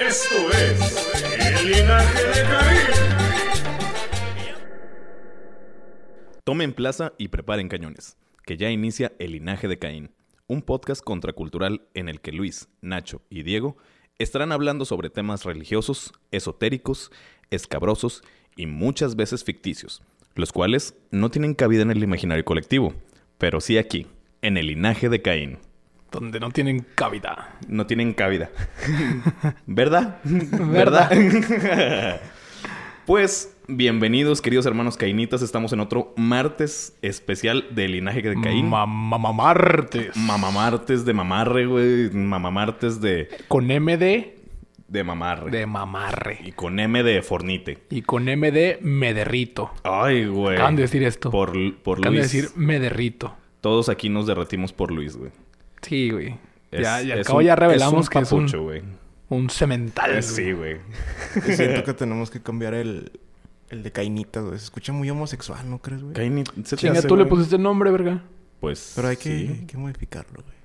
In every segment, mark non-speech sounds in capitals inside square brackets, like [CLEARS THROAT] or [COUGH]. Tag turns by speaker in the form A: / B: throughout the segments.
A: Esto es El Linaje de Karim.
B: Tomen plaza y preparen cañones, que ya inicia El Linaje de Caín, un podcast contracultural en el que Luis, Nacho y Diego estarán hablando sobre temas religiosos, esotéricos, escabrosos y muchas veces ficticios, los cuales no tienen cabida en el imaginario colectivo, pero sí aquí, en El Linaje de Caín.
C: Donde no tienen cabida.
B: No tienen
C: [LAUGHS]
B: cabida. ¿Verdad? ¿Verdad? [LAUGHS] pues bienvenidos, queridos hermanos cainitas. Estamos en otro martes especial de Linaje de Caín.
C: Ma- ma- ma- martes.
B: Mamamartes de mamarre, güey. Mamamartes de,
C: Con M de...
B: de mamarre.
C: De mamarre.
B: Y con M de fornite.
C: Y con M de me derrito.
B: Ay, güey.
C: Acaban de decir esto.
B: Por, por
C: Acaban de
B: Luis.
C: decir me derrito.
B: Todos aquí nos derretimos por Luis, güey.
C: Sí, güey.
B: Es-
C: ya, ya, al
B: es
C: cabo
B: un-
C: ya revelamos que es
B: papucho,
C: un,
B: güey.
C: un cemental.
B: Sí, güey. [LAUGHS]
D: Siento que tenemos que cambiar el, el de Cainitas, güey. Se escucha muy homosexual, ¿no crees, güey?
B: Caín, ¿se te
C: Chinga,
B: hace,
C: tú le
B: güey?
C: pusiste el nombre, verga.
B: Pues.
D: Pero hay que,
B: sí.
D: hay que modificarlo, güey.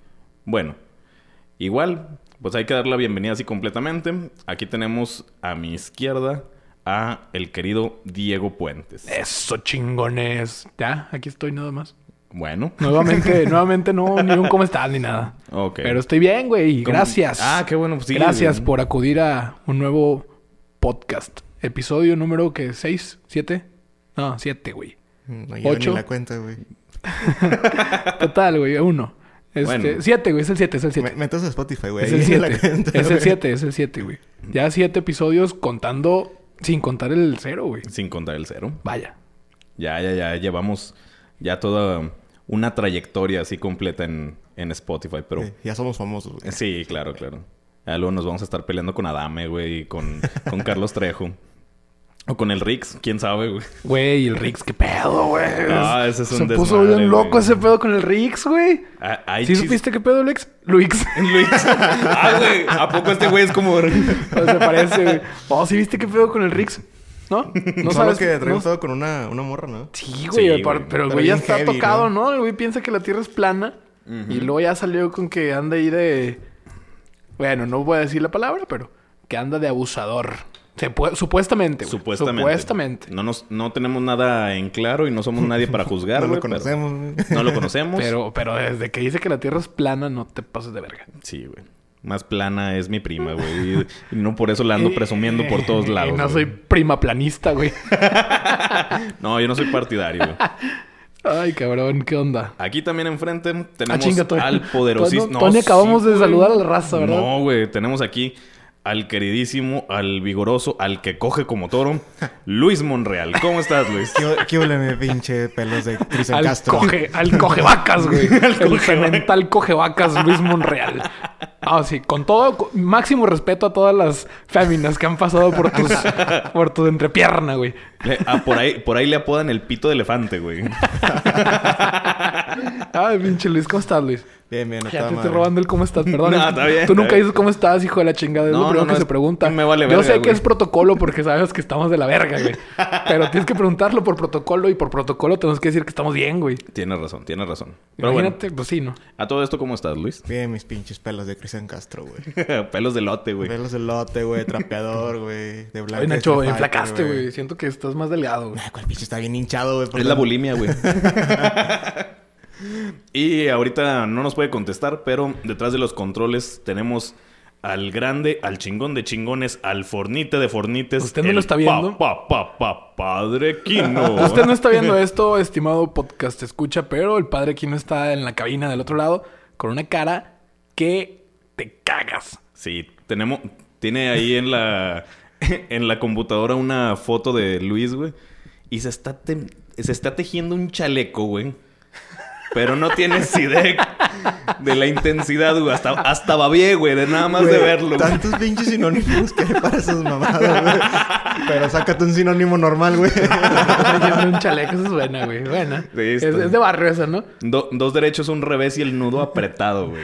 B: Bueno, igual, pues hay que dar la bienvenida así completamente. Aquí tenemos a mi izquierda a el querido Diego Puentes.
C: Eso, chingones. Ya, aquí estoy nada más.
B: Bueno,
C: Nuevamente, [LAUGHS] nuevamente no, ni un cómo estás ni nada.
B: ok.
C: Pero estoy bien, güey.
B: ¿Cómo-
C: Gracias.
B: Ah, qué bueno. sí,
C: Gracias
B: güey.
C: por acudir a un nuevo podcast. Episodio número que 6, 7. No, 7, güey.
D: Mm, No llevo
C: Ocho.
D: ni la cuenta, güey.
C: Total, güey, uno. Este,
B: Bueno.
C: 7, güey, es el 7, es el 7.
D: Me- Metas a Spotify, güey.
C: Es
D: ahí
C: el
D: viene la
C: 7.
D: cuenta,
C: Es el
D: güey.
C: 7, es el 7, güey. Ya 7 episodios contando sin contar el 0, güey.
B: Sin contar el cero.
C: Vaya.
B: Ya, ya, ya llevamos ya toda una trayectoria así completa en, en Spotify, pero
D: Sí, ya somos famosos, güey.
B: sí, claro, claro. Ya luego nos vamos a estar peleando con Adame, güey, y con, con Carlos Trejo. O con el Rix, quién sabe, güey.
C: Güey, el Rix, qué pedo, güey.
B: Ah, ese es un
C: Se puso
B: desmadre,
C: bien
B: güey.
C: loco ese pedo con el Rix, güey.
B: Ah, hay
C: ¿Sí
B: chis-
C: supiste qué pedo, Luis? Luis. [LAUGHS]
B: [LAUGHS] Luis. Ah, güey. ¿A poco este güey es como...
C: O sea, parece, güey. Oh, ¿sí viste qué pedo con el Rix?
B: [LAUGHS]
C: ¿No? No
D: No
C: sabes
D: sabes que trae
C: no-
D: estado con una, una morra, ¿no?
C: Sí,
B: Sí,
C: güey.
B: güey.
C: par- Pero el
D: Está
C: güey ya
D: bien
C: está
D: heavy,
C: tocado,
D: ¿no?
C: ¿no? El güey piensa que la Tierra es plana. Y luego ya salió con que anda ahí de... Bueno, no voy a decir la palabra, pero... Que anda de abusador. Se puede- Supuestamente, güey.
B: Supuestamente.
C: Supuestamente.
B: No, nos, no tenemos nada en claro y no somos nadie para juzgar,
D: [LAUGHS] No
B: güey,
D: lo
B: pero-
D: conocemos, güey. [LAUGHS]
B: No lo conocemos.
C: Pero, pero desde que dice que la Tierra es plana, no te pases de verga.
B: Sí, güey. Más plana es mi prima, güey. Y- Y no por eso
C: [LAUGHS]
B: la ando presumiendo por todos lados.
C: Y no
B: güey.
C: soy prima planista, güey. [LAUGHS]
B: No, yo no soy partidario. güey.
C: Ay, cabrón, ¿qué onda?
B: Aquí también enfrente
C: Ah,
B: tenemos
C: chinga, Tony.
B: al poderosísimo.
C: Tony, Tony, acabamos de
B: güey.
C: saludar a la raza, ¿verdad?
B: No, güey. Tenemos aquí al queridísimo, al vigoroso, al que coge como toro, Luis Monreal. ¿Cómo estás, Luis?
D: ¿Qué, qué huele, mi pinche pelos de Cristian
C: Al
D: Castro?
C: coge, al coge vacas,
B: [LAUGHS]
C: güey. el cemental coge vacas Luis Monreal. Ah, sí, con todo, co- máximo respeto a todas las féminas que han pasado por tus, por tu entrepierna, güey.
B: Le- ah, por, ahí, por ahí le apodan el pito de
C: [LAUGHS]
B: elefante, güey.
C: Ay, pinche Luis, ¿cómo estás, Luis?
D: Bien, bien, a
C: Ya
D: toda
C: te estoy
D: madre.
C: robando el cómo estás, perdón.
B: No, está bien,
C: Tú
B: está
C: nunca
B: bien.
C: dices cómo estás, hijo de la chingada. Es
B: No,
C: lo primero
B: no,
C: que
B: no,
C: se
B: es-
C: pregunta.
B: me vale
C: Yo
B: verga,
C: sé que
B: güey.
C: es protocolo porque sabes que estamos de la verga, güey. Pero tienes que preguntarlo por protocolo y por protocolo tenemos que decir que estamos bien, güey.
B: Tienes razón, tienes razón. Pero bueno,
C: Imagínate, pues sí, ¿no?
B: a todo esto, ¿cómo estás, Luis? [LAUGHS]
D: Bien, mis pinches pelos de Cristian Castro, güey.
B: Pelos de lote, [LAUGHS] güey.
D: Pelos de lote, güey. Trapeador, güey. De blanco.
C: Ay, Nacho,
D: de Street
C: enflacaste,
D: Fighter,
C: güey. Siento que estás más delgado, güey.
D: Ah, cuál pinche está bien hinchado, güey. por
B: Es la bulimia, güey. [LAUGHS] y ahorita no nos puede contestar, pero detrás de los controles tenemos al grande, al chingón de chingones, al fornite de fornites.
C: Usted no lo
B: el
C: está viendo.
B: Pa, pa, pa, pa- padre Quino.
C: [LAUGHS] Usted no está viendo esto, estimado podcast escucha, pero el padre aquí no está en la cabina del otro lado con una cara que te cagas. [LAUGHS]
B: Sí, tenemos... Tiene ahí en la... [LAUGHS] en la computadora una foto de Luis, güey. Y se está, te- se está tejiendo un chaleco, güey. Pero no tienes [LAUGHS] idea de la intensidad, güey. Hasta, hasta babié, güey, de nada más
D: Güey,
B: de verlo. güey.
D: Tantos pinches sinónimos que hay para esas mamadas, güey. Pero sácate un sinónimo normal, güey.
C: Está leyendo un chaleco, eso es buena, güey. Buena.
B: Sí,
C: es,
B: está bien.
C: es de barrio esa, ¿no?
B: Do- dos derechos, un revés y el nudo apretado, güey.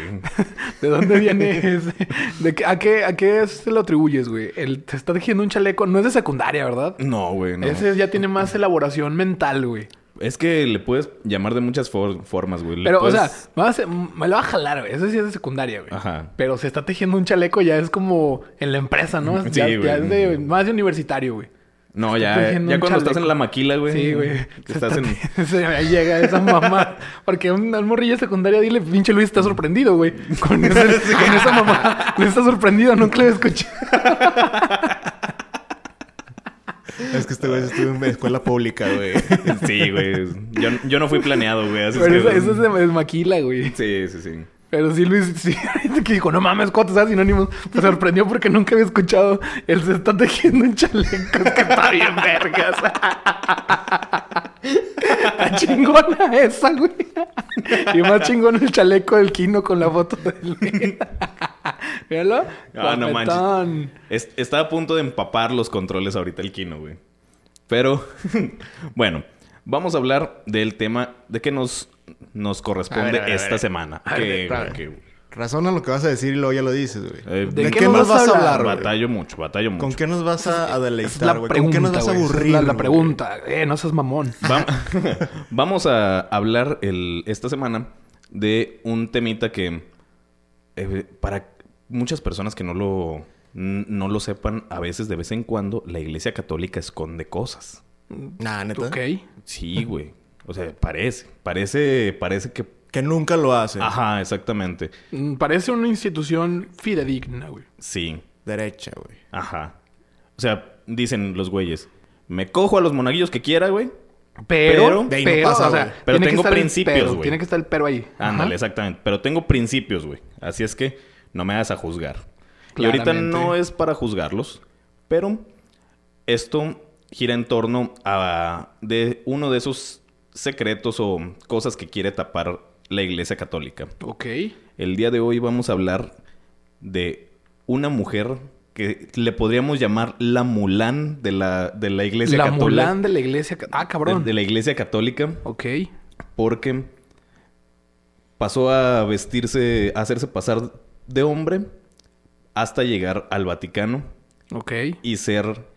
C: ¿De dónde viene ese? ¿De qué- a, qué, ¿A qué se lo atribuyes, güey? El, te está tejiendo un chaleco. No es de secundaria, ¿verdad?
B: No, güey, no.
C: Ese ya tiene más elaboración mental, güey.
B: Es que le puedes llamar de muchas for- formas, güey. Le
C: Pero,
B: puedes-
C: o sea, me, va a hacer- me lo va a jalar, güey. Eso sí es de secundaria, güey.
B: Ajá.
C: Pero se está tejiendo un chaleco ya es como en la empresa, ¿no?
B: [LAUGHS] Sí,
C: ya,
B: güey.
C: ya es de, más de universitario, güey.
B: No,
C: Estoy
B: ya, ya
C: tejiendo
B: cuando
C: un
B: estás
C: chaleco.
B: en la maquila, güey.
C: Sí, güey.
B: que Estás
C: [LAUGHS]
B: en...
C: Se- ahí llega esa mamá. Porque un al morrillo de secundaria, dile, pinche Luis, está sorprendido, güey.
B: [LAUGHS]
C: Con, ese- con esa mamá. Luis está sorprendido, nunca lo escuché.
D: Es que este güey estuvo en escuela pública, güey.
B: [LAUGHS] Sí, güey. Yo, yo no fui planeado, güey. así es
C: Pero
B: que-
C: eso, eso es de es maquila, güey.
B: Sí, sí, sí.
C: Pero sí, Luis, sí, [LAUGHS] ahorita que dijo, no mames, ¿cuántos sabes sinónimos? Me sorprendió porque nunca había escuchado. Él se está tejiendo un chaleco es que está bien vergas. [LAUGHS] Está chingona esa, güey. Y más chingón el chaleco del Kino con la foto de él. [LAUGHS] Míralo.
B: Ah, no
C: Guapetón.
B: manches. Es- está a punto de empapar los controles ahorita el Kino, güey. Pero, [LAUGHS] bueno, vamos a hablar del tema de que nos, nos corresponde
C: A ver, a ver, a
B: esta
C: ver.
B: semana.
C: A
B: que,
C: ver, a ver.
B: que-
D: Razona lo que vas a decir y luego ya lo dices, güey.
B: Eh,
D: ¿De,
C: ¿de
D: qué,
C: qué nos
D: nos vas a hablar, güey?
B: batallo mucho, batallo mucho.
D: ¿Con qué nos vas a, a
C: Es la
D: deleitar, güey?
C: pregunta,
D: ¿Con qué nos vas a
C: güey. Es
D: aburrir?
C: La, la
D: güey?
C: pregunta. Eh, no seas mamón.
B: Vam- [LAUGHS] Vamos a hablar el- esta semana de un temita que eh, para muchas personas que no lo, n- no lo sepan, a veces de vez en cuando la iglesia católica esconde cosas.
D: Nah, neta.
C: Ok.
B: Sí, güey. O sea, parece, parece, parece que...
D: Que nunca lo hace.
B: Ajá, exactamente.
C: Mm, Parece una institución fidedigna, güey.
B: Sí,
D: Derecha, güey.
B: ajá. O sea, dicen los güeyes, me cojo a los monaguillos que quiera, güey. Pero-
C: Pero,
D: de ahí
C: pero,
D: no pasa,
C: o sea,
D: güey.
B: Pero
C: tiene que
B: tengo
C: estar el
B: principios,
C: pero,
B: güey.
C: Tiene que estar el pero ahí.
B: Ándale,
C: Ajá.
B: exactamente. Pero tengo principios, güey. Así es que no me hagas a juzgar. Y ahorita
C: Claramente.
B: no es para juzgarlos, pero esto gira en torno a de uno de esos secretos o cosas que quiere tapar la Iglesia Católica.
C: Ok.
B: El día de hoy vamos a hablar de una mujer que le podríamos llamar la Mulán de la, de la Iglesia
C: la
B: Católica.
C: Mulán de la iglesia. ca- Ah,
B: de,
C: cabrón.
B: de la Iglesia Católica
C: Ok.
B: porque pasó a vestirse, a hacerse pasar de hombre hasta llegar al Vaticano
C: Ok.
B: y ser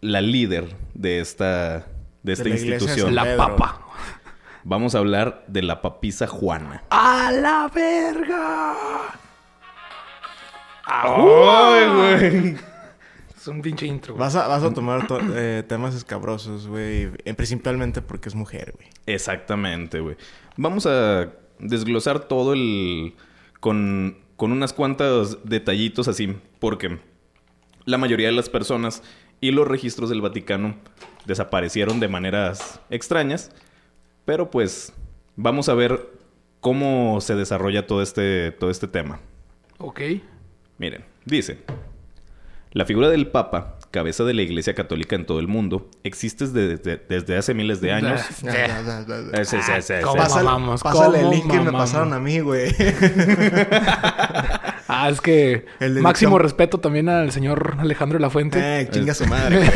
B: la líder de esta, de esta
D: la iglesia
B: institución.
D: San
C: La
D: Pedro.
C: papa.
B: Vamos a hablar de la papisa Juana.
C: ¡A la verga! Es un pinche intro, güey.
D: Vas a, vas a tomar to- eh, temas escabrosos, güey. eh, Principalmente porque es mujer, güey.
B: Exactamente, güey. Vamos a desglosar todo el... con, con unas cuantas detallitos así, porque la mayoría de las personas y los registros del Vaticano desaparecieron de maneras extrañas, pero pues vamos a ver cómo se desarrolla todo este, todo este tema.
C: Ok.
B: Miren, dice, la figura del Papa, cabeza de la Iglesia Católica en todo el mundo, existe desde, desde hace miles de años.
C: Eh,
B: Eh, sí, sí, sí,
C: ¿cómo Pásale-
B: sí.
D: Pásale,
C: mamamos, pásale
D: Ah, el
C: ¿cómo
D: link que me
C: mamamos?
D: pasaron a mí, güey.
C: [LAUGHS] Ah, es que
D: El de
C: máximo
D: Dixon.
C: respeto también al señor Alejandro de la Fuente.
D: Eh, chinga su madre. güey.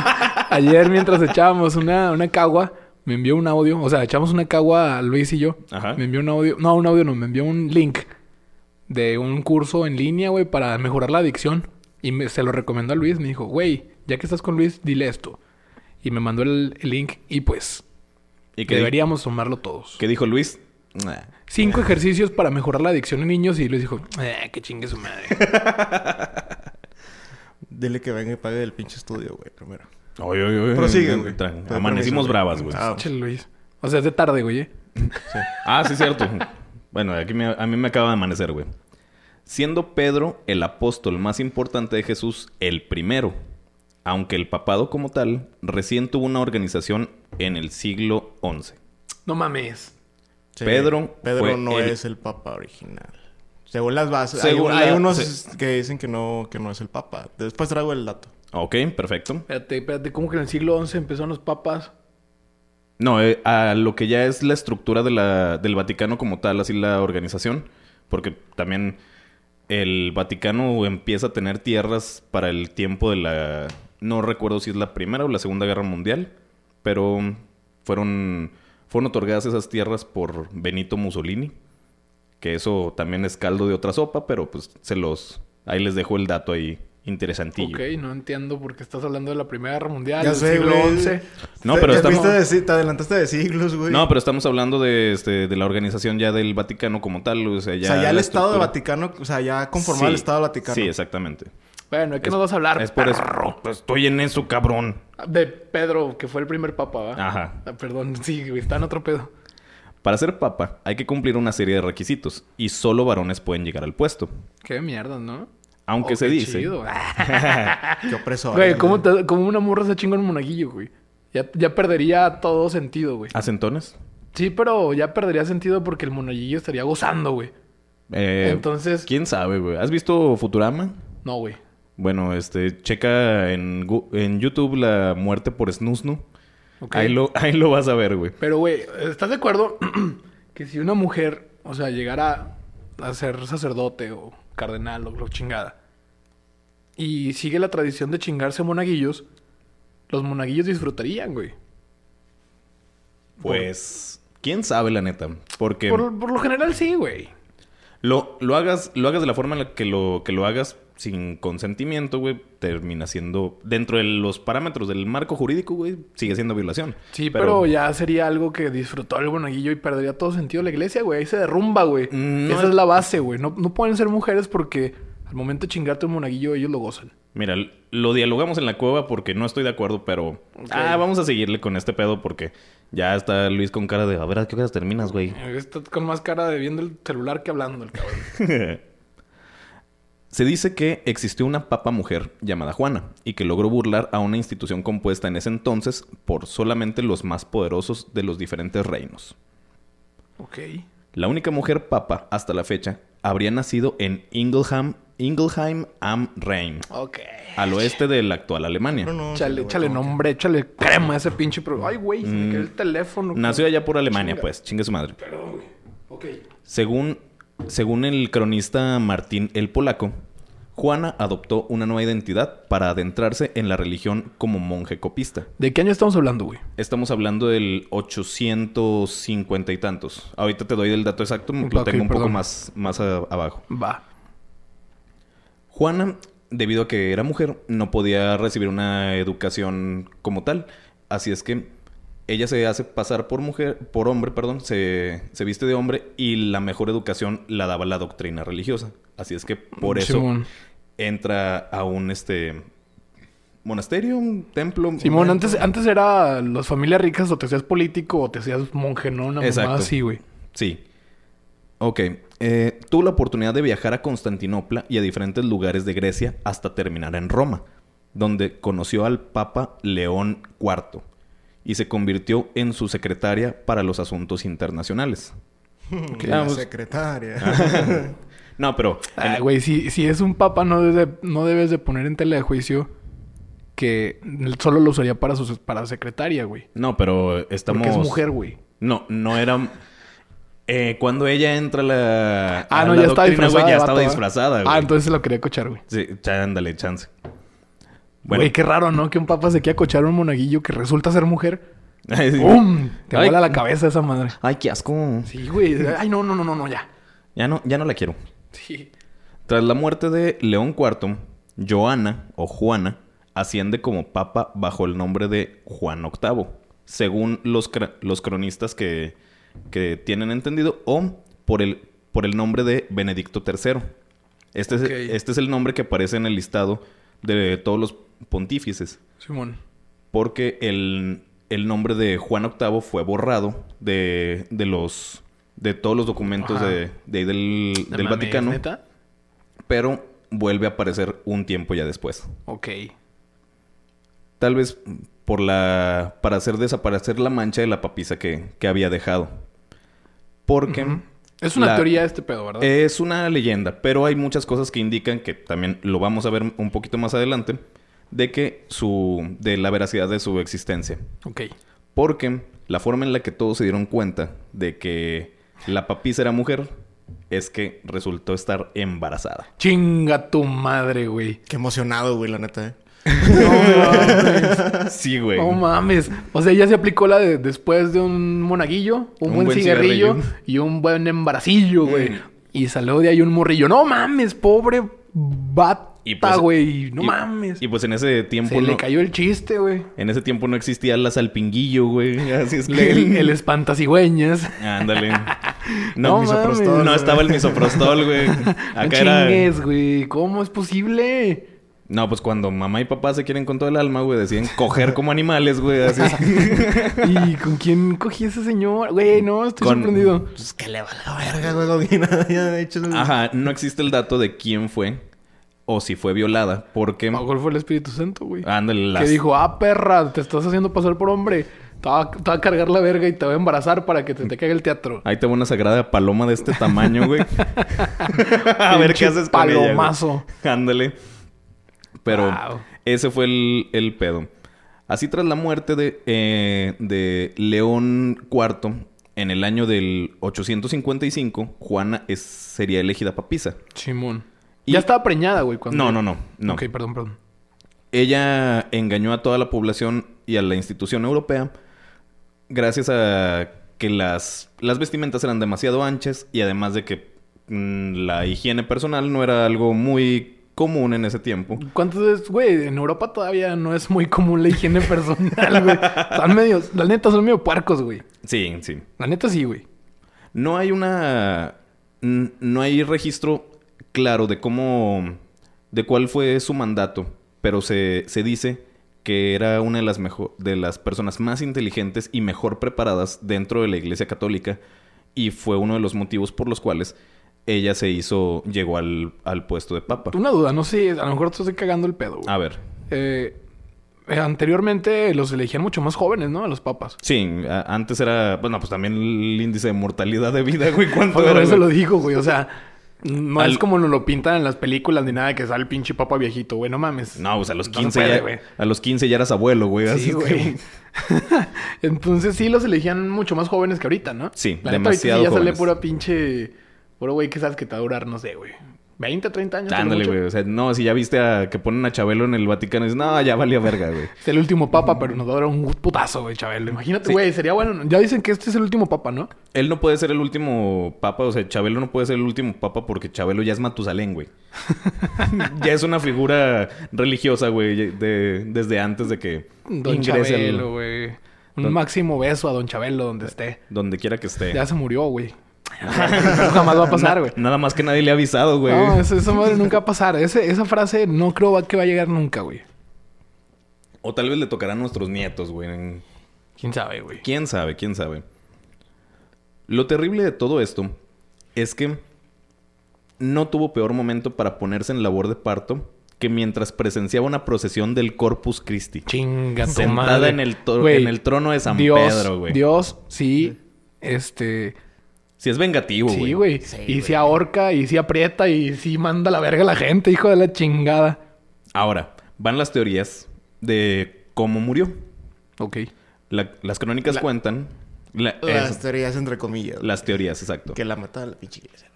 C: [LAUGHS] Ayer, mientras echábamos una, una cagua, me envió un audio. O sea, echamos una cagua a Luis y yo.
B: Ajá.
C: Me envió un audio. No, un audio no, me envió un link de un curso en línea, güey, para mejorar la adicción. Y me- se lo recomendó a Luis. Me dijo, güey, ya que estás con Luis, dile esto. Y me mandó el, el link y pues,
B: ¿Y
C: que
B: qué, di-
C: deberíamos tomarlo todos.
B: qué dijo Luis? Nah.
C: Cinco ejercicios para mejorar la adicción en niños. Y Luis dijo, eh, que chingue su madre.
B: [LAUGHS]
D: Dile que venga y pague el pinche estudio, güey, primero.
B: Oye, oye, oye.
D: Prosigue, güey.
B: Tran-
D: Te
B: Eh, Amanecimos
D: permiso, güey.
B: bravas, güey.
D: Ah,
C: Che, Luis. O sea, es de tarde, güey. ¿eh?
B: Ah, sí, cierto. bueno, aquí me- a mí me acaba de amanecer, güey. Siendo Pedro el apóstol más importante de Jesús, el primero. Aunque el papado como tal recién tuvo una organización en el siglo XI.
C: No mames.
D: sí.
B: Pedro fue
D: Pedro no
B: el-
D: es el papa original. Según las bases.
B: Según
D: hay, hay
B: la-
D: unos
B: se-
D: que dicen que no, que no es el papa. Después traigo el dato.
B: Ok, perfecto.
C: Espérate, espérate. ¿Cómo que en el siglo XI empezaron los papas?
B: No, eh, a lo que ya es la estructura de la- del Vaticano como tal, así la organización, porque también el Vaticano empieza a tener tierras para el tiempo de la... No recuerdo si es la Primera o la Segunda Guerra Mundial, pero fueron, fueron otorgadas esas tierras por Benito Mussolini, que eso también es caldo de otra sopa, pero pues se los... Ahí les dejo el dato ahí interesantillo.
C: Ok, no entiendo por qué estás hablando de la Primera Guerra Mundial,
D: Ya
C: del
D: sé,
C: siglo
D: güey.
C: XI.
B: No,
D: Te-
B: pero
D: te,
B: estamos-
D: fuiste de si- te adelantaste de siglos, güey.
B: No, pero estamos hablando de, este, de la organización ya del Vaticano como tal. O sea, ya,
D: o sea, ya el
B: la
D: Estado de
B: estructura-
D: Vaticano, o sea, ya conformado
B: Sí,
D: el Estado Vaticano.
B: Sí, exactamente.
C: Bueno, ¿de qué
B: Es-
C: nos vas a hablar? Ah,
B: Es por eso. Pues estoy en eso, cabrón.
C: De Pedro, que fue el primer papa, ¿va?
B: Ajá.
C: Ah, perdón, [LAUGHS] sí, güey, está en otro pedo.
B: Para ser papa hay que cumplir una serie de requisitos y solo varones pueden llegar al puesto.
C: Qué mierda, ¿no?
B: Aunque
C: Oh,
B: se
C: qué
B: dice.
C: chido.
D: Ah, Qué opresor.
C: Güey,
D: güey.
C: ¿cómo, te- cómo una morra se chinga un monaguillo, güey? Ya, ya perdería todo sentido, güey.
B: ¿Acentones?
C: Sí, pero ya perdería sentido porque el monaguillo estaría gozando, güey.
B: Eh,
C: Entonces-
B: ¿Quién sabe, güey? ¿Has visto Futurama?
C: No, güey.
B: Bueno, este, checa en, Gu- en YouTube la muerte por Snusnu.
C: Ok.
B: Ahí, lo, [LAUGHS] ahí lo vas a ver, güey.
C: Pero, güey, ¿estás de acuerdo [CLEARS THROAT] que si una mujer, o sea, llegara a ser sacerdote o cardenal o lo chingada, y sigue la tradición de chingarse monaguillos, los monaguillos disfrutarían, güey.
B: Pues, quién sabe, la neta. Porque
C: Por, por lo general sí, güey.
B: lo, lo, hagas, lo hagas de la forma en la que lo, que lo hagas sin consentimiento, güey, termina siendo, dentro de los parámetros del marco jurídico, güey, sigue siendo violación.
C: Sí, pero... ya sería algo que disfrutó el monaguillo y perdería todo sentido la iglesia, güey. Ahí se derrumba, güey.
B: Mm, no
C: Esa
B: es-
C: es la base, güey. No, no pueden ser mujeres porque al momento de chingarte un monaguillo ellos lo gozan.
B: Mira, lo dialogamos en la cueva porque no estoy de acuerdo, pero... Ah, vamos a seguirle con este pedo porque ya está Luis con cara de... A ver, ¿a qué horas terminas, güey?
C: Estás con más cara de viendo el celular que hablando, el cabrón.
B: Se dice que existió una papa mujer llamada Juana y que logró burlar a una institución compuesta en ese entonces por solamente los más poderosos de los diferentes reinos.
C: ok.
B: La única mujer papa hasta la fecha habría nacido en Ingelheim, Ingelheim am Rhein,
C: Ok.
B: al oeste de la actual Alemania.
D: No, no,
C: Échale,
D: güey,
C: échale
D: ¿cómo
C: nombre, échale crema a ese pinche pro... Ay, güey, se me cayó el teléfono.
B: Mm. Nació allá por Alemania,
C: Chinga.
B: pues, chingue su madre.
C: Perdón, güey. Ok.
B: Según, según el cronista Martín el Polaco, Juana adoptó una nueva identidad para adentrarse en la religión como monje copista.
C: ¿De qué año estamos hablando, güey?
B: Estamos hablando del 850 y tantos. Ahorita te doy el dato exacto, lo
C: Ok,
B: tengo un poco
C: perdón.
B: más, más a- abajo.
C: Va.
B: Juana, debido a que era mujer, no podía recibir una educación como tal. Así es que ella se hace pasar por mujer, por hombre, perdón, se, se viste de hombre y la mejor educación la daba la doctrina religiosa. Así es que por eso
C: Mm, Simón.
B: entra a un este monasterio, un templo. un
C: Simón,
B: templo.
C: antes, antes era las familias ricas o te hacías político o te hacías monje, ¿no? Una
B: Exacto.
C: mamada así, güey.
B: Sí. Ok. Eh, tuvo la oportunidad de viajar a Constantinopla y a diferentes lugares de Grecia hasta terminar en Roma, donde conoció al Papa León IV y se convirtió en su secretaria para los asuntos internacionales.
D: no?
B: Ok.
D: La
B: Vamos.
D: secretaria.
B: No, pero...
C: Ah, güey, si, si es un papa, no, debes de- no debes de poner en tela de juicio que solo lo usaría para, sus, para secretaria, güey.
B: No, pero estamos...
C: Porque es mujer, güey.
B: No, no era... Eh, cuando ella entra a la...
C: Ah,
B: a
C: no,
B: la
C: ya estaba
B: doctrina,
C: disfrazada.
B: güey, ya
C: de vato,
B: estaba
C: ¿va?
B: disfrazada, güey.
C: Ah, entonces lo quería cochar, güey.
B: Sí, ándale, chance.
C: Güey, qué raro, ¿no? Que un papa se quiera cochar a un monaguillo que resulta ser mujer.
B: [LAUGHS] Sí.
C: ¡Pum! Te
B: Ay.
C: vuela la cabeza esa madre.
B: Ay, qué asco.
C: Sí, güey. Ay, no, no, no, no, no, ya.
B: Ya no, ya no la quiero.
C: Sí.
B: Tras la muerte de León IV, Joana o Juana asciende como papa bajo el nombre de Juan VIII, según los, cra- los cronistas que, que tienen entendido, o por el, por el nombre de Benedicto III. Este,
C: Ok.
B: es, este es el nombre que aparece en el listado de todos los pontífices,
C: Simón.
B: porque el, el nombre de Juan VIII fue borrado de, de los... De todos los documentos
C: Ajá.
B: de, de ahí del,
C: No
B: del
C: mames,
B: Vaticano
C: ¿Neta?
B: pero vuelve a aparecer un tiempo ya después.
C: Ok.
B: Tal vez por la para hacer desaparecer la mancha de la papisa que, que había dejado. Porque
C: Es una
B: la- Eh.
C: teoría este pedo, ¿verdad?
B: es una leyenda, pero hay muchas cosas que indican que también lo vamos a ver un poquito más adelante de que su de la veracidad de su existencia.
C: ok.
B: Porque la forma en la que todos se dieron cuenta de que la papisa era mujer es que resultó estar embarazada. [LAUGHS]
C: Chinga tu madre, güey.
D: [LAUGHS] Qué emocionado, güey, la neta. eh.
C: No mames.
B: Sí, güey.
C: No mames. O sea, ya se aplicó la de después de un monaguillo, un,
B: Un
C: buen,
B: buen
C: cigarrillo,
B: cigarrillo.
C: y un buen embaracillo, güey.
B: Mm.
C: Y salió de ahí un morrillo. No mames, pobre vato.
B: Y
C: Ta,
B: pues-
C: güey. No
B: y-
C: mames.
B: Y pues en ese tiempo
C: Se le
B: no-
C: cayó el chiste,
B: [LAUGHS]
C: güey.
B: en ese tiempo no existía la salpinguillo, güey. [LAUGHS] Así es que
C: El, el espantasigüeñas.
B: [LAUGHS] Ándale.
C: No
B: No,
C: mames.
B: no, estaba el
C: [LAUGHS]
B: misoprostol, güey.
C: No
B: Acá era.
C: chingues, güey. ¿Cómo es posible?
B: No, pues cuando mamá y papá se quieren con todo el alma, güey, deciden coger como animales, güey.
C: [LAUGHS]
B: Así es.
C: ¿Y con quién cogí ese señor? Güey, no, estoy
B: Con-
C: sorprendido.
D: Pues que le va la verga, güey. no vi nada, [LAUGHS] ya, de hecho.
B: Ajá, no existe el dato de quién fue o si fue violada, porque
C: A lo mejor fue el Espíritu Santo, Oh, güey.
B: ándale las
C: Que dijo, ah, perra, te estás haciendo pasar por hombre. Te va, te va a cargar la verga y te va a embarazar para que te, te caiga el teatro.
B: Ahí te va una sagrada paloma de este
C: [LAUGHS]
B: tamaño, güey. [LAUGHS] a ver qué
C: Pinche
B: haces con ella, güey.
C: palomazo. Ah,
B: Ándale. Pero
C: Wow.
B: ese fue el, el pedo. Así tras la muerte de, eh, de León IV, en el año del 855, Juana es- sería elegida papisa.
C: Chimón.
B: Y-
C: Ya estaba preñada, güey. Cuando...
B: No, no, no, no.
C: Ok, perdón, perdón.
B: Ella engañó a toda la población y a la institución europea gracias a que las, las vestimentas eran demasiado anchas y además de que mm, la higiene personal no era algo muy común en ese tiempo.
C: ¿Cuántas veces, güey? En Europa todavía no es muy común la higiene [LAUGHS] personal, güey. Están medios, la neta, son medio puercos, güey.
B: Sí, sí.
C: La neta sí, güey.
B: No hay una... n- No hay registro claro de cómo... de cuál fue su mandato, pero se, se dice que era una de las, mejo- de las personas más inteligentes y mejor preparadas dentro de la Iglesia Católica y fue uno de los motivos por los cuales ella se hizo... llegó al, al puesto de papa.
C: Una duda, no sé, a lo mejor te estoy cagando el pedo, güey.
B: A ver.
C: Eh, eh, anteriormente los elegían mucho más jóvenes, ¿no? A los
B: [LAUGHS]
C: papas.
B: Sí, a- antes era... Bueno, pues también el índice de mortalidad de vida, güey. ¿Cuánto
C: Por
B: era,
C: eso
B: güey?
C: lo digo, güey. O sea, no
B: Al-
C: es como nos lo pintan en las películas ni nada que sale el pinche papa viejito, güey. No mames.
B: No, pues a los
C: No se
B: 15
C: puede,
B: ya...
C: güey.
B: A los 15 ya eras abuelo, güey. así
C: Sí,
B: que-
C: güey. [LAUGHS] Entonces sí los elegían mucho más jóvenes que ahorita, ¿no?
B: Sí,
C: La neta, ahorita sí
B: demasiado
C: ya sale
B: jóvenes.
C: pura pinche... Puro güey que sabes que te va a durar, no sé, güey. 20, 30 años. a lo
B: Ándale,
C: mucho.
B: güey. O sea, no, si ya viste a que ponen a Chabelo en el Vaticano, dices, no, ya valía verga,
C: [LAUGHS]
B: güey.
C: Es el último papa, pero nos va a dar un putazo, güey, Chabelo. Imagínate,
B: Sí.
C: güey, sería bueno. Ya dicen que este es el último papa, ¿no?
B: Él no puede ser el último papa, o sea, Chabelo no puede ser el último papa porque Chabelo ya es
C: [LAUGHS]
B: Matusalén, güey. ya es una figura religiosa, güey, de- desde antes de que
C: Don
B: ingrese al-
C: Chabelo, güey. Un
B: Don-
C: máximo beso a Don Chabelo donde esté.
B: donde quiera que esté.
C: Ya se murió,
B: [LAUGHS]
C: güey. Eso jamás va a pasar, güey.
B: Nada más que nadie le ha avisado, güey.
C: No, eso- esa madre nunca va a pasar. Ese- esa frase no creo va- que va a llegar nunca, güey.
B: O tal vez le tocará a nuestros nietos, güey.
C: ¿Quién sabe, güey?
B: ¿Quién sabe? ¿Quién sabe? Lo terrible de todo esto es que no tuvo peor momento para ponerse en labor de parto que mientras presenciaba una procesión del Corpus Christi.
C: Chinga tu
B: sentada
C: madre.
B: en el, to-
C: Güey,
B: en el trono de San
C: Dios,
B: Pedro, güey.
C: Dios, sí, este...
B: Si es vengativo, güey.
C: Sí, güey. y se ahorca, y se aprieta, y sí manda la verga a la gente, hijo de la chingada.
B: Ahora, van las teorías de cómo murió.
C: Ok.
B: La- las crónicas cuentan... la-
D: Las
B: eso,
D: teorías, entre comillas. güey.
B: las teorías, exacto.
D: Que la mataba la pinche iglesia.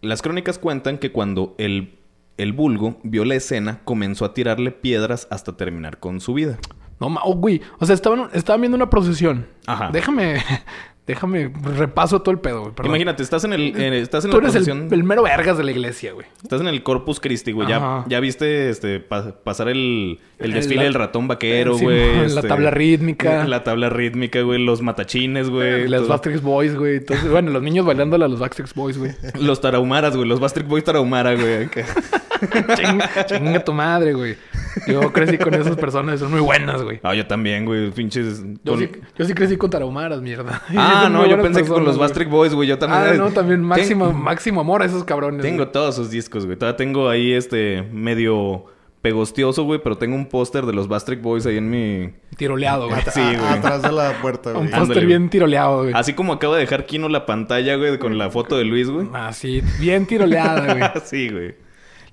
B: Las crónicas cuentan que cuando el, el vulgo vio la escena, comenzó a tirarle piedras hasta terminar con su vida.
C: No, ma- oh, güey. O sea, estaban, estaban viendo una procesión.
B: Ajá.
C: Déjame... [LAUGHS] Déjame... Repaso todo el pedo, güey. perdón.
B: Imagínate, estás en el, en- estás en
C: Tú
B: la
C: eres el,
B: procesión-
C: el mero vergas de la iglesia, güey.
B: estás en el Corpus Christi, güey. Ya,
C: Ajá.
B: ya viste este pa- pasar el, el
C: El-
B: desfile
C: la-
B: del ratón vaquero,
C: Sí,
B: güey.
C: la
B: este,
C: tabla rítmica.
B: La tabla rítmica, güey. Los matachines, güey.
C: Y las
B: todo.
C: Backstreet Boys, güey. Entonces, bueno, los niños bailándola a los Backstreet Boys,
B: [LAUGHS]
C: güey.
B: Los tarahumaras, güey. Los Bastard Boys tarahumara, güey. acá.
C: Ching- Chinga tu madre, güey. Yo crecí con esas personas, son muy buenas, güey.
B: Ah, yo también, güey. Pinches.
C: Yo,
B: con-
C: sí, yo sí crecí con tarahumaras, mierda. [LAUGHS]
B: Ah,
C: Son
B: no,
C: muy
B: yo
C: buenas
B: pensé que con
C: personas,
B: los
C: güey.
B: Bastric Boys, güey. Yo también.
C: Ah, no, también
B: Ten-
C: máximo, máximo amor a esos cabrones.
B: [LAUGHS] Tengo
C: güey.
B: todos sus discos, güey. Todavía tengo ahí este medio pegostioso, güey, pero tengo un póster de los Bastric Boys ahí en mi.
C: tiroleado,
B: [LAUGHS]
C: güey.
B: Sí,
D: A-
B: güey.
D: Atrás de la puerta, güey.
C: Un póster
B: Ándale, ¿Ah,
C: bien tiroleado, güey.
B: Así como acaba de dejar Kino la pantalla, güey, con la foto de Luis, güey.
C: Así, Ah, bien tiroleada,
B: [LAUGHS]
C: güey.
B: Así, güey.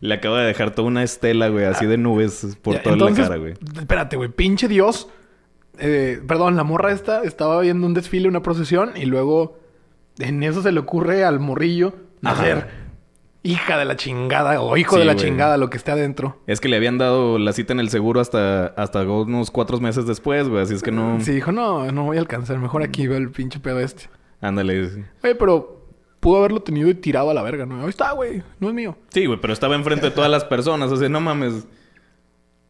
B: Le acaba de dejar toda una estela, güey, así de nubes por
C: Ya,
B: toda
C: entonces,
B: la cara, güey.
C: Espérate, güey. Pinche Dios. Eh, perdón, la morra esta estaba viendo un desfile, una procesión, y luego en eso se le ocurre al morrillo
B: Ajá.
C: hacer hija de la chingada o hijo
B: Sí,
C: de la
B: güey.
C: chingada, lo que esté adentro.
B: Es que le habían dado la cita en el seguro hasta, hasta unos cuatro meses después, güey. Así es que no.
C: Sí, dijo, no, no voy a alcanzar. Mejor aquí veo el pinche pedo este.
B: Ándale.
C: Oye, pero pudo haberlo tenido y tirado a la verga, ¿no? Ahí está, güey. No es mío.
B: Sí, güey, pero estaba enfrente de todas las personas. O sea, no mames.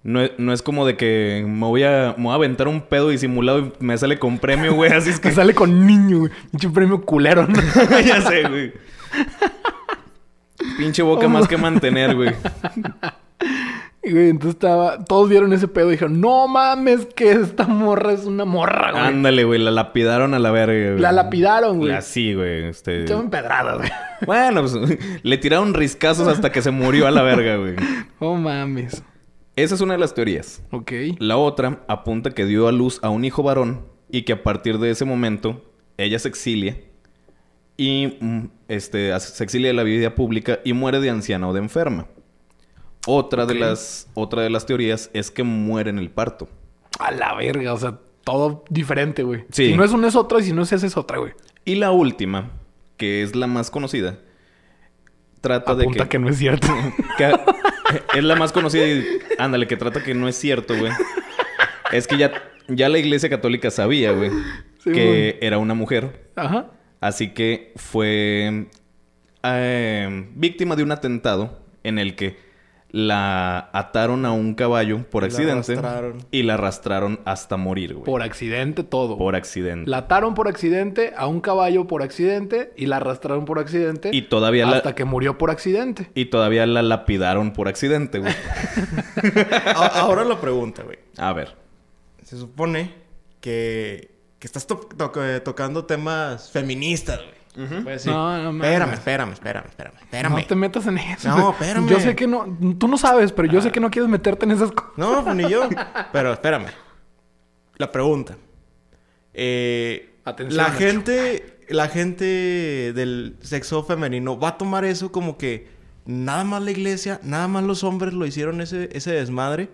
B: No es, no es como de que me voy, a, me voy a aventar un pedo disimulado y me sale con premio, güey. Así es
C: Que
B: que. [LAUGHS]
C: sale con niño, güey. Pinche premio culero, ¿no? [LAUGHS]
B: ya sé, güey. Pinche boca más que mantener, güey.
C: Y, güey, entonces estaba... Todos vieron ese pedo y dijeron... No mames que esta morra es una morra, güey.
B: Ándale, güey. La lapidaron a la verga, güey.
C: La lapidaron, güey.
B: Así, güey. Este...
C: Estaban pedradas,
D: [LAUGHS]
C: güey.
B: Bueno, pues [LAUGHS] le tiraron riscazos hasta que se murió a la verga, güey.
C: Oh, mames.
B: Esa es una de las teorías.
C: Ok.
B: La otra apunta que dio a luz a un hijo varón y que a partir de ese momento ella se exilia y mm, este, as- se exilia de la vida pública y muere de anciana o de enferma. Otra,
C: Ok.
B: de las, otra de las teorías es que muere en el parto.
C: A la verga, o sea... Todo diferente, güey.
B: Sí.
C: Si no es una es otra y si no es esa es otra, güey.
B: Y la última, que es la más conocida, trata
C: Apunta
B: de
C: que no es
D: [LAUGHS]
C: cierto. [LAUGHS]
B: [LAUGHS] Que- es la más conocida y ándale, que trata que no es cierto, güey. Es que ya, ya la iglesia católica sabía, güey,
C: Sí,
B: que era una mujer.
C: Ajá.
B: Así que fue eh, víctima de un atentado en el que la ataron a un caballo por
D: Y la
B: accidente
D: arrastraron.
B: y la arrastraron hasta morir, güey. Por,
C: Por accidente todo.
B: accidente.
C: La ataron por accidente, a un caballo por accidente y la arrastraron por accidente.
B: Y todavía la-
C: hasta que murió por accidente.
B: Y todavía la lapidaron por accidente, güey.
D: A- Ahora la pregunta, güey.
B: A ver.
D: Se supone que, que estás to- to- eh, tocando temas feministas, güey. Voy a decir,
C: No, no mames.
D: espérame, espérame, espérame, espérame, espérame.
C: No te metas en eso.
D: No, espérame. Ah.
C: Yo sé que no, tú no sabes, pero yo sé que no quieres meterte en esas cosas.
D: No, pues ni yo. Pero espérame. La pregunta. Eh,
C: Atención,
D: la
C: Nacho.
D: gente, la gente del sexo femenino va a tomar eso como que nada más la iglesia, nada más los hombres lo hicieron ese, ese desmadre.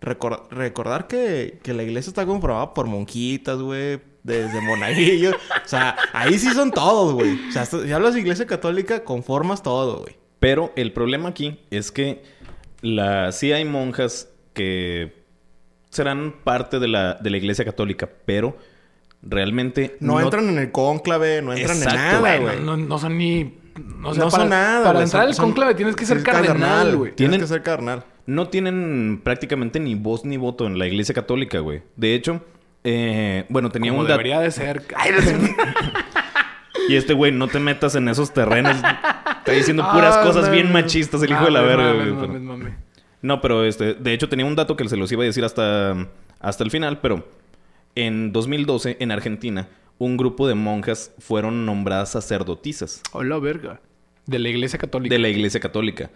D: Recor- recordar que, que la iglesia está comprobada por monjitas, güey, desde monaguillos. o sea, ahí sí son todos, güey. O sea, si hablas de iglesia católica, conformas todo, güey.
B: Pero el problema aquí es que la, sí hay monjas que serán parte de la, de la iglesia católica, pero realmente
D: No, entran en el cónclave, no entran
B: Exacto,
D: en nada,
B: güey.
D: güey.
C: No, no son ni. No, sé,
D: no
C: para,
D: son nada.
C: Para
D: güey.
C: entrar
D: Son-
C: al
D: son-
C: conclave tienes que ser
D: sí,
C: cardenal, güey.
D: Tienes
B: Tienen-
D: que ser cardenal.
B: no tienen prácticamente ni voz ni voto en la iglesia católica, güey. De hecho, eh, bueno, tenía
C: Como
B: un dato.
C: debería de ser. Ay, no sé.
B: Y este güey, no te metas en esos terrenos. Está diciendo puras
C: Ah,
B: cosas bien
C: mames.
B: machistas, el hijo de la
C: Ah, Mames,
B: verga,
C: mames,
B: güey. pero-
C: mames, mames.
B: No, pero este, de hecho tenía un dato que se los iba a decir hasta, hasta el final, pero en 2012 en Argentina un grupo de monjas fueron nombradas sacerdotisas
C: Hola, verga. De la iglesia católica.
B: de la Iglesia Católica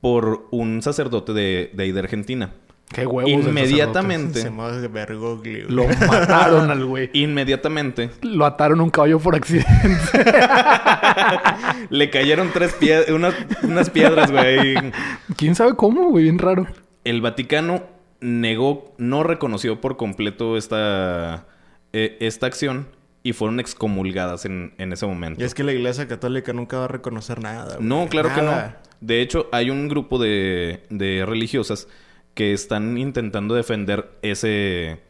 B: por un sacerdote de, de ahí de Argentina.
C: Qué huevos. del
D: Se
B: Inmediatamente,
D: llama Bergoglio.
C: sacerdote. Lo mataron al
B: [LAUGHS]
C: güey.
B: inmediatamente
C: Lo ataron a un caballo por accidente. [LAUGHS]
B: le cayeron tres pie- unas, unas piedras, güey.
C: ¿Quién sabe cómo, güey? Bien raro.
B: El Vaticano negó, no reconoció por completo esta, eh, esta acción y fueron excomulgadas en, en ese momento.
D: Y es que la iglesia católica nunca va a reconocer nada. güey.
B: No, claro
D: Nada.
B: que no. De hecho, hay un grupo de, de religiosas que están intentando defender ese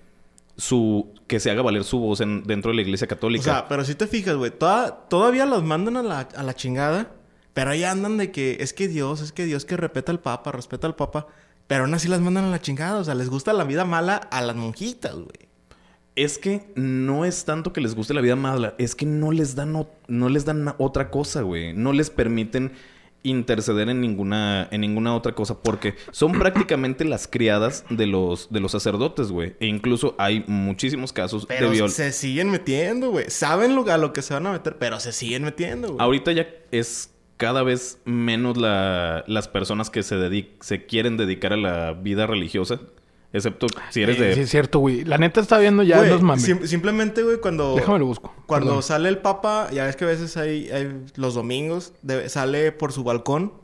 B: su que se haga valer su voz en- dentro de la Iglesia Católica.
D: O sea, pero si te fijas, güey, toda- todavía las mandan a la, a la chingada, pero ahí andan de que es que Dios, es que Dios que respeta al Papa, respeta al Papa, pero aún así las mandan a la chingada. O sea, les gusta la vida mala a las monjitas, güey.
B: es que no es tanto que les guste la vida mala, es que no les dan o- no les dan na- otra cosa, güey. No les permiten interceder en ninguna en ninguna otra cosa porque son prácticamente las criadas de los de los sacerdotes, güey. E incluso hay muchísimos casos
D: Pero
B: de violencia.
D: se siguen metiendo, güey. Saben lo, a lo que se van a meter, pero se siguen metiendo, güey.
B: Ahorita ya es cada vez menos la- las personas que se, dedi- se quieren dedicar a la vida religiosa. Excepto si eres de...
C: Sí, es cierto, güey. La neta está viendo ya
D: Güey,
C: los mames.
D: sim- simplemente, güey, cuando...
C: Déjame lo busco.
D: Cuando
C: Perdón.
D: sale el Papa, ya ves que a veces hay, hay los domingos, de- sale por su balcón.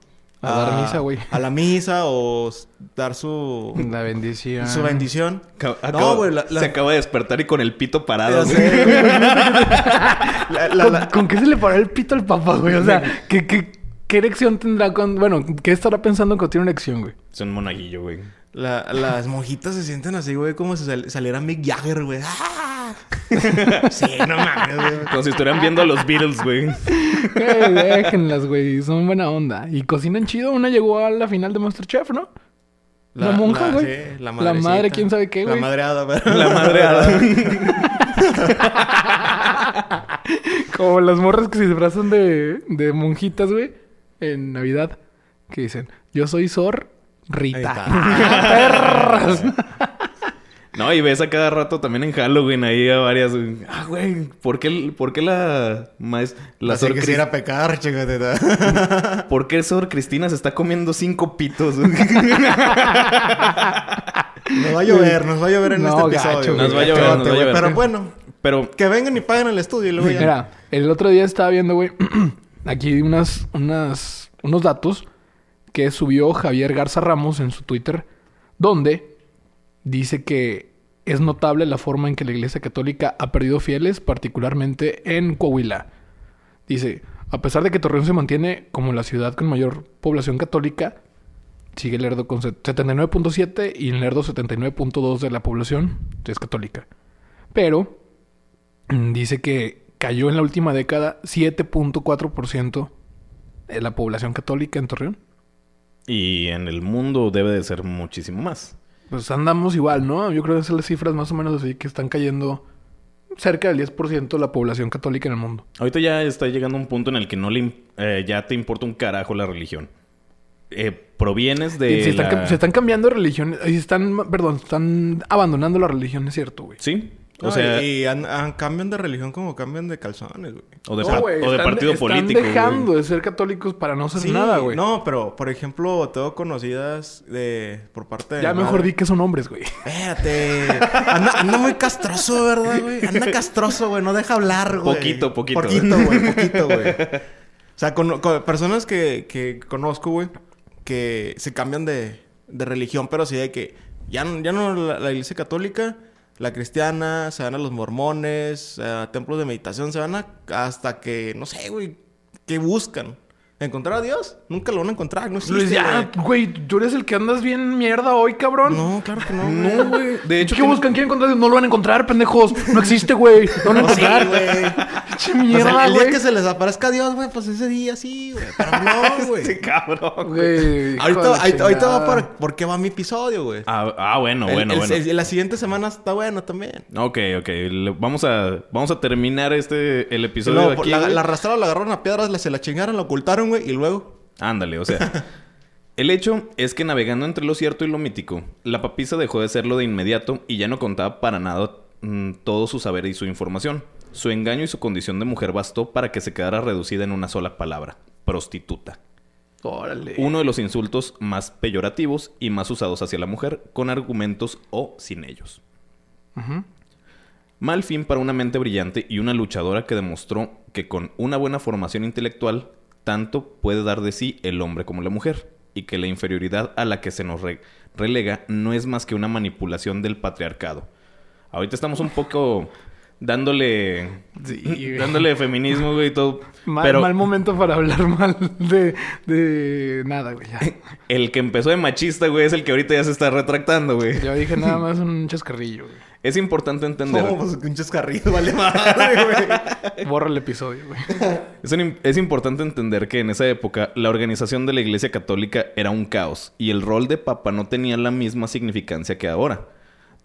C: A dar misa, güey.
D: A la misa o s- dar su,
C: La bendición. [LAUGHS]
D: su bendición.
B: Ca- acaba-
D: no, güey, la, la-
B: Se acaba de despertar y con el pito parado.
D: ya
B: güey.
D: sé, güey. La- la-
C: ¿Con,
D: la-
C: con qué se le paró el pito al papá, güey? O sea, ¿qué, qué, qué erección tendrá con... Bueno, ¿qué estará pensando cuando tiene una erección, güey?
B: Es un monaguillo, güey.
D: la- las monjitas se sienten así, güey, como si sal- saliera Mick Jagger, güey. ¡Ah! [LAUGHS]
E: verdad.
D: Sí, no mames, güey.
B: Como si estuvieran viendo a los Beatles, güey.
C: Güey, déjenlas, güey. Son buena onda. Y cocinan chido. Una llegó a la final de Masterchef,
D: [LAUGHS]
C: ¿no? La, monja, güey.
D: sí,
C: La
D: la, madrecita.
C: madre, quién sabe qué, güey.
D: La madreada, güey. [LAUGHS]
B: La madreada.
C: [LAUGHS] Como las morras que se disfrazan de, de monjitas, güey. En Navidad. Que dicen, yo soy Sor
D: Ahí
C: Rita.
D: está.
C: [LAUGHS] Perras.
B: No, y ves a cada rato también en Halloween ahí a varias. güey. Ah, güey, ¿por qué, por qué la maestra. La
D: Así
B: Sor
D: que si
B: Cris-
D: era pecar, chécate.
B: ¿Por qué Sor Cristina se está comiendo cinco
C: [LAUGHS]
B: pitos? güey?
D: Nos va a llover, nos va a llover en
C: No,
D: este
C: gacho,
D: episodio.
C: güey.
B: Nos va a llover,
D: Chécate,
B: nos va a
D: güey.
B: llover.
D: Pero bueno,
B: Pero
D: que vengan y paguen el estudio y
C: [LAUGHS]
D: luego ya.
C: Mira, el otro día estaba viendo, güey, [CLEARS THROAT] aquí unas, unas, unos datos que subió Javier Garza Ramos en su Twitter, donde dice que es notable la forma en que la Iglesia Católica ha perdido fieles, particularmente en Coahuila. Dice, a pesar de que Torreón se mantiene como la ciudad con mayor población católica, sigue Lerdo con set- 79.7 y en Lerdo 79.2 de la población es católica. Pero Mm, Dice que cayó en la última década 7.4% de la población católica en Torreón.
B: Y en el mundo debe de ser muchísimo más.
C: Pues andamos igual, ¿no? Yo creo que esas son las cifras más o menos así que están cayendo cerca del 10% de la población católica en el mundo.
B: Ahorita ya está llegando un punto en el que no le im- eh, ya te importa un carajo la religión. Eh, provienes de
C: Y se, están,
B: la-
C: cam- se están cambiando de religiones, y están, ma- perdón, están abandonando la religión, es cierto, güey.
B: Sí. O
D: No,
B: sea,
D: y, an- an- cambian de religión como cambian de calzones, güey.
B: o de,
C: No,
B: par-
C: güey,
B: o de
C: están-
B: partido
C: están
B: político. güey.
C: dejando de ser católicos para no ser
D: Sí,
C: nada, güey.
D: No, pero por ejemplo, tengo conocidas de por parte de.
C: ya
D: mi
C: mejor
D: madre.
C: di que son hombres, güey.
D: Espérate. Anda, anda muy castroso, ¿verdad, güey? Anda castroso, güey. No deja hablar, güey.
B: Poquito, poquito.
D: Poquito, güey.
B: [LAUGHS]
D: Poquito, güey. O sea, con, con personas que, que conozco, güey, que se cambian de, de religión, pero sí de que ya, no- ya no la, la iglesia católica, la cristiana, se van a los mormones, a templos de meditación, se van a, hasta que, no sé, güey, ¿qué buscan? ¿Encontrar a Dios? Nunca lo van a encontrar, no existe,
C: Luis, ya,
D: güey.
C: güey, tú eres el que andas bien mierda hoy, cabrón.
D: No, claro que no, güey.
B: No, güey. De hecho,
C: ¿Qué
B: tiene-
C: buscan? ¿Quieren encontrar? No lo van a encontrar, pendejos. No existe, güey. No lo van a
D: No, [LAUGHS] sí,
C: encontrar. [LAUGHS]
D: güey.
C: Pinche
D: Pues el-
C: mierda,
D: el,
C: güey.
D: día que se les aparezca Dios, güey, pues ese día sí, güey.
C: [LAUGHS]
D: Pero no,
B: [LAUGHS]
D: güey.
B: Cabrón.
C: Güey, hijo de
D: ahorita,
C: la
D: ahorita- ahorita va
C: chingada.
D: por, por qué va mi episodio, güey.
B: Ah, ah, bueno,
D: El-
B: bueno,
D: el-
B: bueno.
D: el- la siguiente semana está bueno también.
B: Ok, ok. Le- Vamos a, vamos a terminar este el
D: Y
B: episodio
D: luego,
B: aquí.
D: la,
B: güey.
D: la arrastraron, la agarraron a piedras, la, se la chingaron, la ocultaron, güey, y luego.
B: Ándale, o
D: [LAUGHS]
B: sea. El hecho es que navegando entre lo cierto y lo mítico, la papisa dejó de serlo de inmediato y ya no contaba para nada mm, todo su saber y su información. Su engaño y su condición de mujer bastó para que se quedara reducida en una sola palabra, prostituta.
C: Órale.
B: Uno de los insultos más peyorativos y más usados hacia la mujer, con argumentos o sin ellos.
C: Ujú.
B: Mal fin para una mente brillante y una luchadora que demostró que con una buena formación intelectual tanto puede dar de sí el hombre como la mujer y que la inferioridad a la que se nos re- relega no es más que una manipulación del patriarcado. Ahorita estamos un poco dándole [LAUGHS]
C: Sí, güey.
B: dándole feminismo güey, y todo,
C: Mal,
B: pero
C: mal momento para hablar mal de, de nada, güey. ya.
B: el que empezó de machista, güey, es el que ahorita ya se está retractando, güey.
C: Yo dije nada más un chascarrillo, güey.
B: Es importante entender.
D: No, pues un chascarrillo, [LAUGHS] vale madre, güey.
C: Borra el episodio, güey.
B: Es, un im- es importante entender que en esa época la organización de la Iglesia Católica era un caos y el rol de papa no tenía la misma significancia que ahora.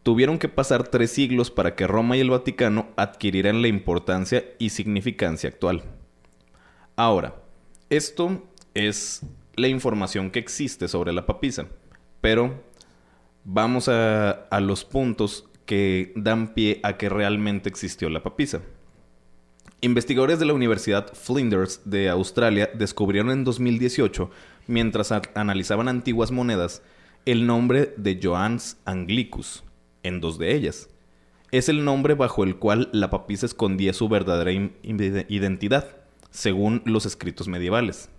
B: Tuvieron que pasar tres siglos para que Roma y el Vaticano adquirieran la importancia y significancia actual. Ahora, esto es la información que existe sobre la papisa, pero vamos a, a los puntos que dan pie a que realmente existió la papisa. Investigadores de la Universidad Flinders de Australia descubrieron en 2018, mientras a- analizaban antiguas monedas, el nombre de Johannes Anglicus en dos de ellas. Es el nombre bajo el cual la papisa escondía su verdadera im- ide- identidad, según los escritos medievales.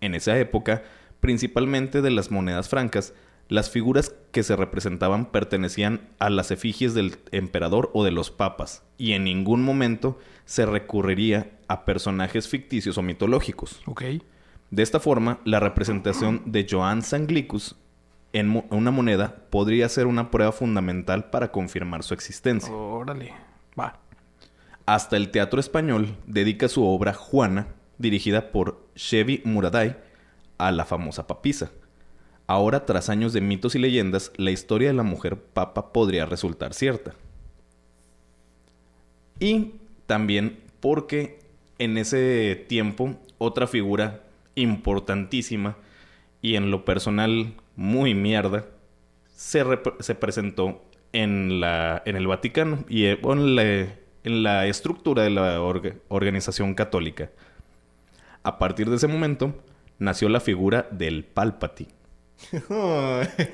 B: En esa época, principalmente de las monedas francas, las figuras que se representaban pertenecían a las efigies del emperador o de los papas, y en ningún momento se recurriría a personajes ficticios o mitológicos.
C: Ok.
B: De esta forma, la representación de Joan Sanglicus en mo- una moneda podría ser una prueba fundamental para confirmar su existencia.
C: Órale. Va,
B: Hasta el teatro español dedica su obra Juana, dirigida por Chevy Muraday, a la famosa papisa. Ahora, tras años de mitos y leyendas, la historia de la mujer papa podría resultar cierta. Y también porque en ese tiempo otra figura importantísima y en lo personal muy mierda se, rep- se presentó en, la, en el Vaticano y eh, en la, en la estructura de la orga- organización católica. A partir de ese momento nació la figura del Palpati.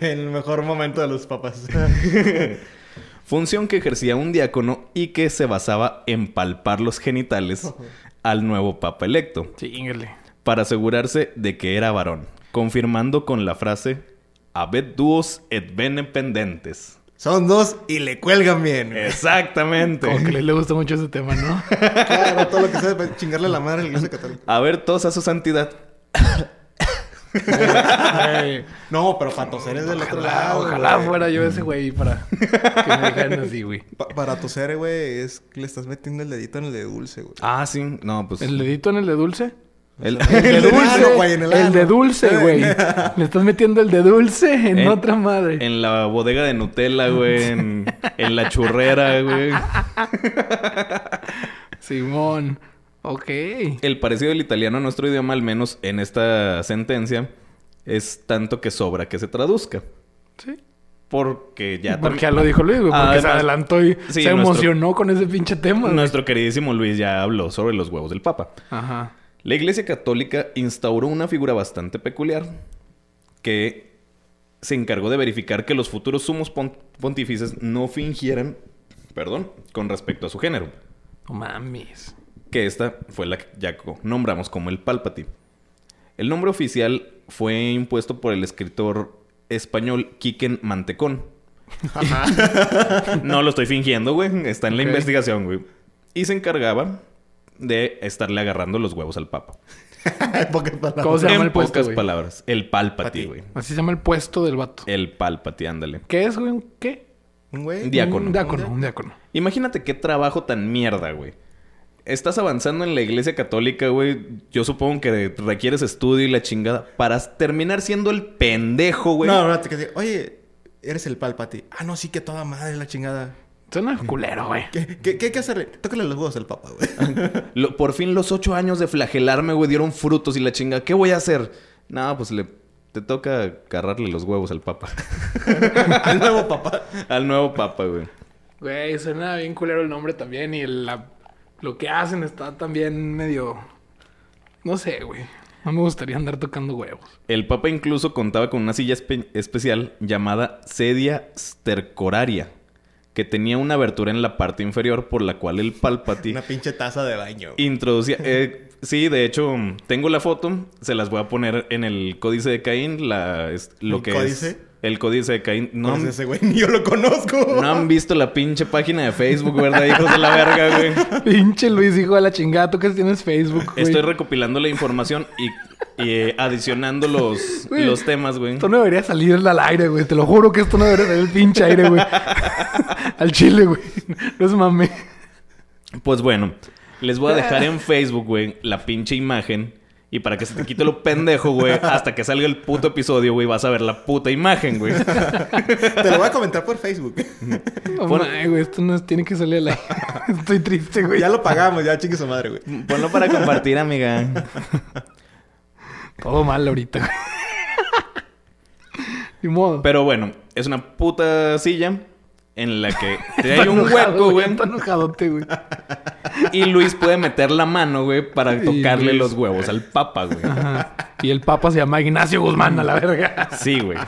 D: el mejor momento de los papas.
B: Función que ejercía un diácono y que se basaba en palpar los genitales al nuevo papa electo
C: Sí, íngale.
B: para asegurarse de que era varón, confirmando con la frase Abet duos et bene pendentes.
D: [LAUGHS] Son dos y le cuelgan bien.
B: Eh. Exactamente.
C: Como que le gusta mucho ese tema, ¿no?
D: Claro, todo lo que sea para chingarle la madre a la iglesia católica.
B: A ver, todos a su santidad.
C: Ay,
D: No, pero para toser es del otro
C: ojalá,
D: lado.
C: ojalá
D: güey.
C: fuera yo ese güey para que me dejaran así, güey.
D: Pa- para toser, güey, es que le estás metiendo el dedito en el de dulce, [LAUGHS] güey.
B: Ah, sí. No, pues.
C: ¿El dedito en el de dulce?
B: el-
D: El
C: [LAUGHS] El de
D: de ano, güey,
C: dulce,
D: en el
C: el,
D: ano. Eh.
C: de dulce,
D: [LAUGHS]
C: güey. Le estás metiendo el de dulce en,
B: En-
C: otra madre.
B: en la bodega de Nutella, güey. En, en la churrera, güey.
C: Simón. Ok.
B: El parecido del italiano a nuestro idioma, al menos en esta sentencia, es tanto que sobra que se traduzca.
C: Sí.
B: Porque ya...
C: porque
B: también-
C: ya lo dijo Luis, güey. Porque se
B: Además-
C: adelantó y
B: Sí,
C: se
B: nuestro-
C: emocionó con ese pinche tema. güey.
B: Nuestro queridísimo Luis ya habló sobre los huevos del Papa.
C: Ajá.
B: La Iglesia Católica instauró una figura bastante peculiar que se encargó de verificar que los futuros sumos pon- pontífices no fingieran, perdón, con respecto a su género,
C: No mames.
B: que esta fue la que ya co- nombramos como el Palpati. El nombre oficial fue impuesto por el escritor español Quiquen Mantecón. no lo estoy fingiendo, güey, está en la
C: Ok.
B: investigación, güey. Y se encargaba de estarle agarrando los huevos al Papa.
D: Pocas palabras.
C: ¿Cómo se llama
B: en
C: el puesto,
B: pocas
C: güey?
B: palabras. El Palpati,
D: Pati.
B: güey.
C: Así se llama el puesto del vato.
B: El Palpati, ándale.
C: ¿Qué es, güey? ¿Un ¿Qué?
D: Güey.
B: Diácono.
C: Un diácono, un diácono.
B: Imagínate qué trabajo tan mierda, güey. Estás avanzando en la iglesia católica, güey. Yo supongo que requieres estudio y la chingada para terminar siendo el pendejo, güey.
D: No, no, te que te- oye, eres el palpati. Ah, no, sí, que toda madre la chingada.
C: Suena
B: Mm.
C: culero, güey.
D: ¿Qué, qué, qué hay que hacerle? Tócale los huevos al papa, güey.
B: Lo- por fin los ocho años de flagelarme, güey, dieron frutos y la chingada. ¿Qué voy a hacer? No, pues le... Te toca agarrarle los huevos al papa. [LAUGHS]
D: al nuevo papá.
B: al nuevo papa, güey.
C: Güey, suena bien culero el nombre también y el- la- lo que hacen está también medio... No sé, güey. No me gustaría andar tocando huevos.
B: El Papa incluso contaba con una silla espe- especial llamada sedia stercoraria, que tenía una abertura en la parte inferior por la cual el Palpati
D: Una pinche taza de baño. güey.
B: introducía... eh,
D: [LAUGHS]
B: sí, de hecho, tengo la foto, se las voy a poner en el Códice de Caín, la, es- lo
D: ¿El
B: que es...
D: Códice?
B: El Códice de Caín. No,
D: Pues ese güey [LAUGHS] ni yo lo conozco.
B: no han visto la pinche página de Facebook, ¿verdad, hijos de la verga, güey?
C: [LAUGHS] Pinche Luis, hijo de la chingada. ¿Tú que tienes Facebook, güey?
B: Estoy recopilando la información y, y, eh, adicionando los,
C: Güey,
B: los temas, güey.
C: Esto no debería salir al aire, güey. Te lo juro que esto no debería salir al pinche aire,
B: [LAUGHS]
C: güey. al chile, güey. No es mame.
B: Pues bueno, les voy a dejar en Facebook, güey, la pinche imagen. Y para que se te quite lo pendejo, güey, hasta que salga el puto episodio, güey, vas a ver la puta imagen, güey.
D: Te lo voy a comentar por Facebook.
C: Oh,
B: Pon-
C: my, güey. Esto no tiene que salir al
B: [LAUGHS]
C: aire. Estoy triste, güey.
D: ya lo pagamos, ya chingue su madre, güey.
B: Ponlo para compartir, amiga.
C: Todo mal ahorita, güey. Ni modo.
B: Pero bueno, es una puta silla en la que te hay
C: Está
B: un
C: enojado,
B: hueco, güey.
C: Está enojadote, güey.
B: Y Luis puede meter la mano, güey, para
C: Y
B: tocarle
C: Luis.
B: los huevos al papa, güey.
C: Ajá. Y el papa se llama Ignacio Guzmán a la verga.
B: [LAUGHS] Sí, güey.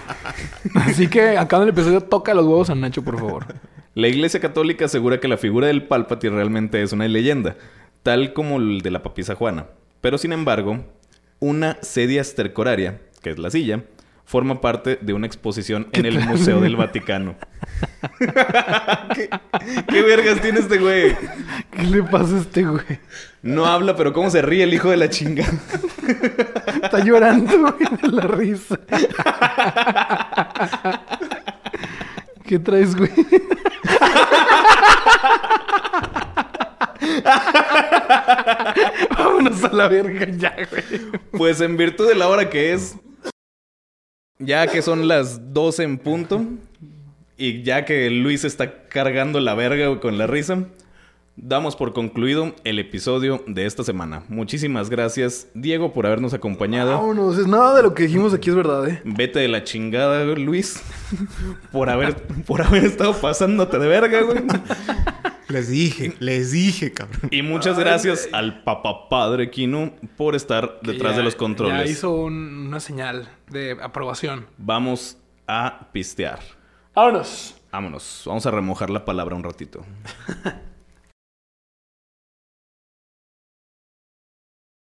C: Así que acá en el episodio toca los huevos a Nacho, por
B: [LAUGHS]
C: favor.
B: La Iglesia Católica asegura que la figura del Palpati realmente es una leyenda, tal como el de la papisa Juana. Pero sin embargo, una sedia estercoraria, que es la silla, forma parte de una exposición en el Museo del Vaticano. ¿Qué, qué vergas tiene este güey?
C: ¿Qué le pasa a este güey?
B: No habla, pero cómo se ríe el hijo de la chinga.
C: Está llorando, [LAUGHS] güey, de la risa. ¿Qué traes, güey? Vámonos a la verga ya, güey.
B: Pues en virtud de la hora que es, ya que son las 12 en punto, y ya que Luis está cargando la verga con la risa, damos por concluido el episodio de esta semana. Muchísimas gracias, Diego, por habernos acompañado.
C: Vámonos. Es nada de lo que dijimos aquí es verdad, eh.
B: Vete de la chingada, güey, Luis, por haber, por haber estado pasándote de verga, güey.
D: Les dije, les dije, cabrón.
B: Y muchas gracias al papá padre Kino por estar detrás
C: Ya-
B: de los controles.
C: Ya hizo un- una señal de aprobación.
B: Vamos a pistear.
C: Vámonos.
B: Vámonos, vamos a remojar la palabra un ratito.